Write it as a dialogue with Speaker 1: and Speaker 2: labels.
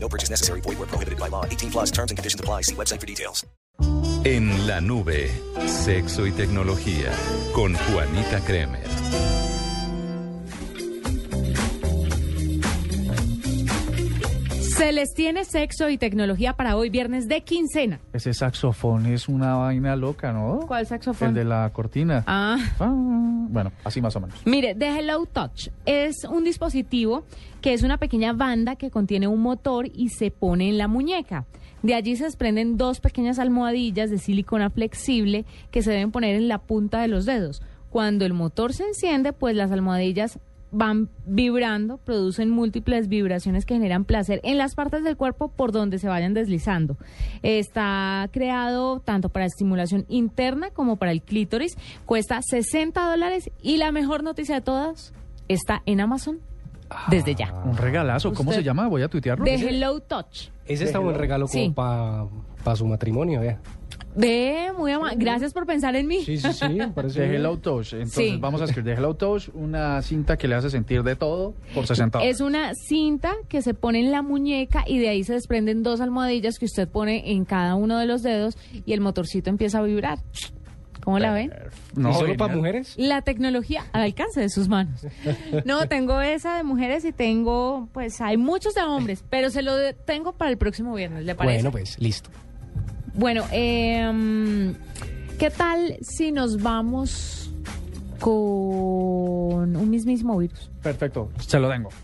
Speaker 1: No purchase necessary. Void where prohibited by law. 18 plus terms and conditions apply. See website for details.
Speaker 2: En la nube, sexo y tecnología con Juanita Kremer.
Speaker 3: Se les tiene sexo y tecnología para hoy viernes de quincena.
Speaker 4: Ese saxofón es una vaina loca, ¿no?
Speaker 3: ¿Cuál saxofón?
Speaker 4: El de la cortina.
Speaker 3: Ah.
Speaker 4: Ah, Bueno, así más o menos.
Speaker 3: Mire, The Hello Touch es un dispositivo que es una pequeña banda que contiene un motor y se pone en la muñeca. De allí se desprenden dos pequeñas almohadillas de silicona flexible que se deben poner en la punta de los dedos. Cuando el motor se enciende, pues las almohadillas van vibrando, producen múltiples vibraciones que generan placer en las partes del cuerpo por donde se vayan deslizando. Está creado tanto para estimulación interna como para el clítoris. Cuesta 60 dólares y la mejor noticia de todas está en Amazon desde ya.
Speaker 4: Un regalazo.
Speaker 3: Ah.
Speaker 4: ¿Cómo
Speaker 3: Usted-
Speaker 4: se llama? Voy a tuitearlo.
Speaker 3: De Hello Touch.
Speaker 5: Ese está buen regalo como
Speaker 3: Sí.
Speaker 5: para su matrimonio, ¿eh?
Speaker 3: De muy amable. Gracias por pensar en mí.
Speaker 5: Sí, sí, sí, me parece
Speaker 4: De
Speaker 5: bien.
Speaker 4: Hello Touch. Entonces
Speaker 3: Sí.
Speaker 4: vamos a escribir de Hello Touch, una cinta que le hace sentir de todo por 60
Speaker 3: Es
Speaker 4: dólares.
Speaker 3: una cinta que se pone en la muñeca y de ahí se desprenden dos almohadillas que usted pone en cada uno de los dedos y el motorcito empieza a vibrar. ¿Cómo la ven?
Speaker 4: No,
Speaker 5: ¿Y solo
Speaker 4: genial.
Speaker 5: para mujeres?
Speaker 3: La tecnología al alcance de sus manos. No, tengo esa de mujeres y tengo, pues hay muchos de hombres, pero se lo de- tengo para el próximo viernes, ¿le parece?
Speaker 5: Bueno, pues, listo.
Speaker 3: Bueno, em, ¿qué tal si nos vamos con un mismísimo virus?
Speaker 4: Perfecto, se lo tengo.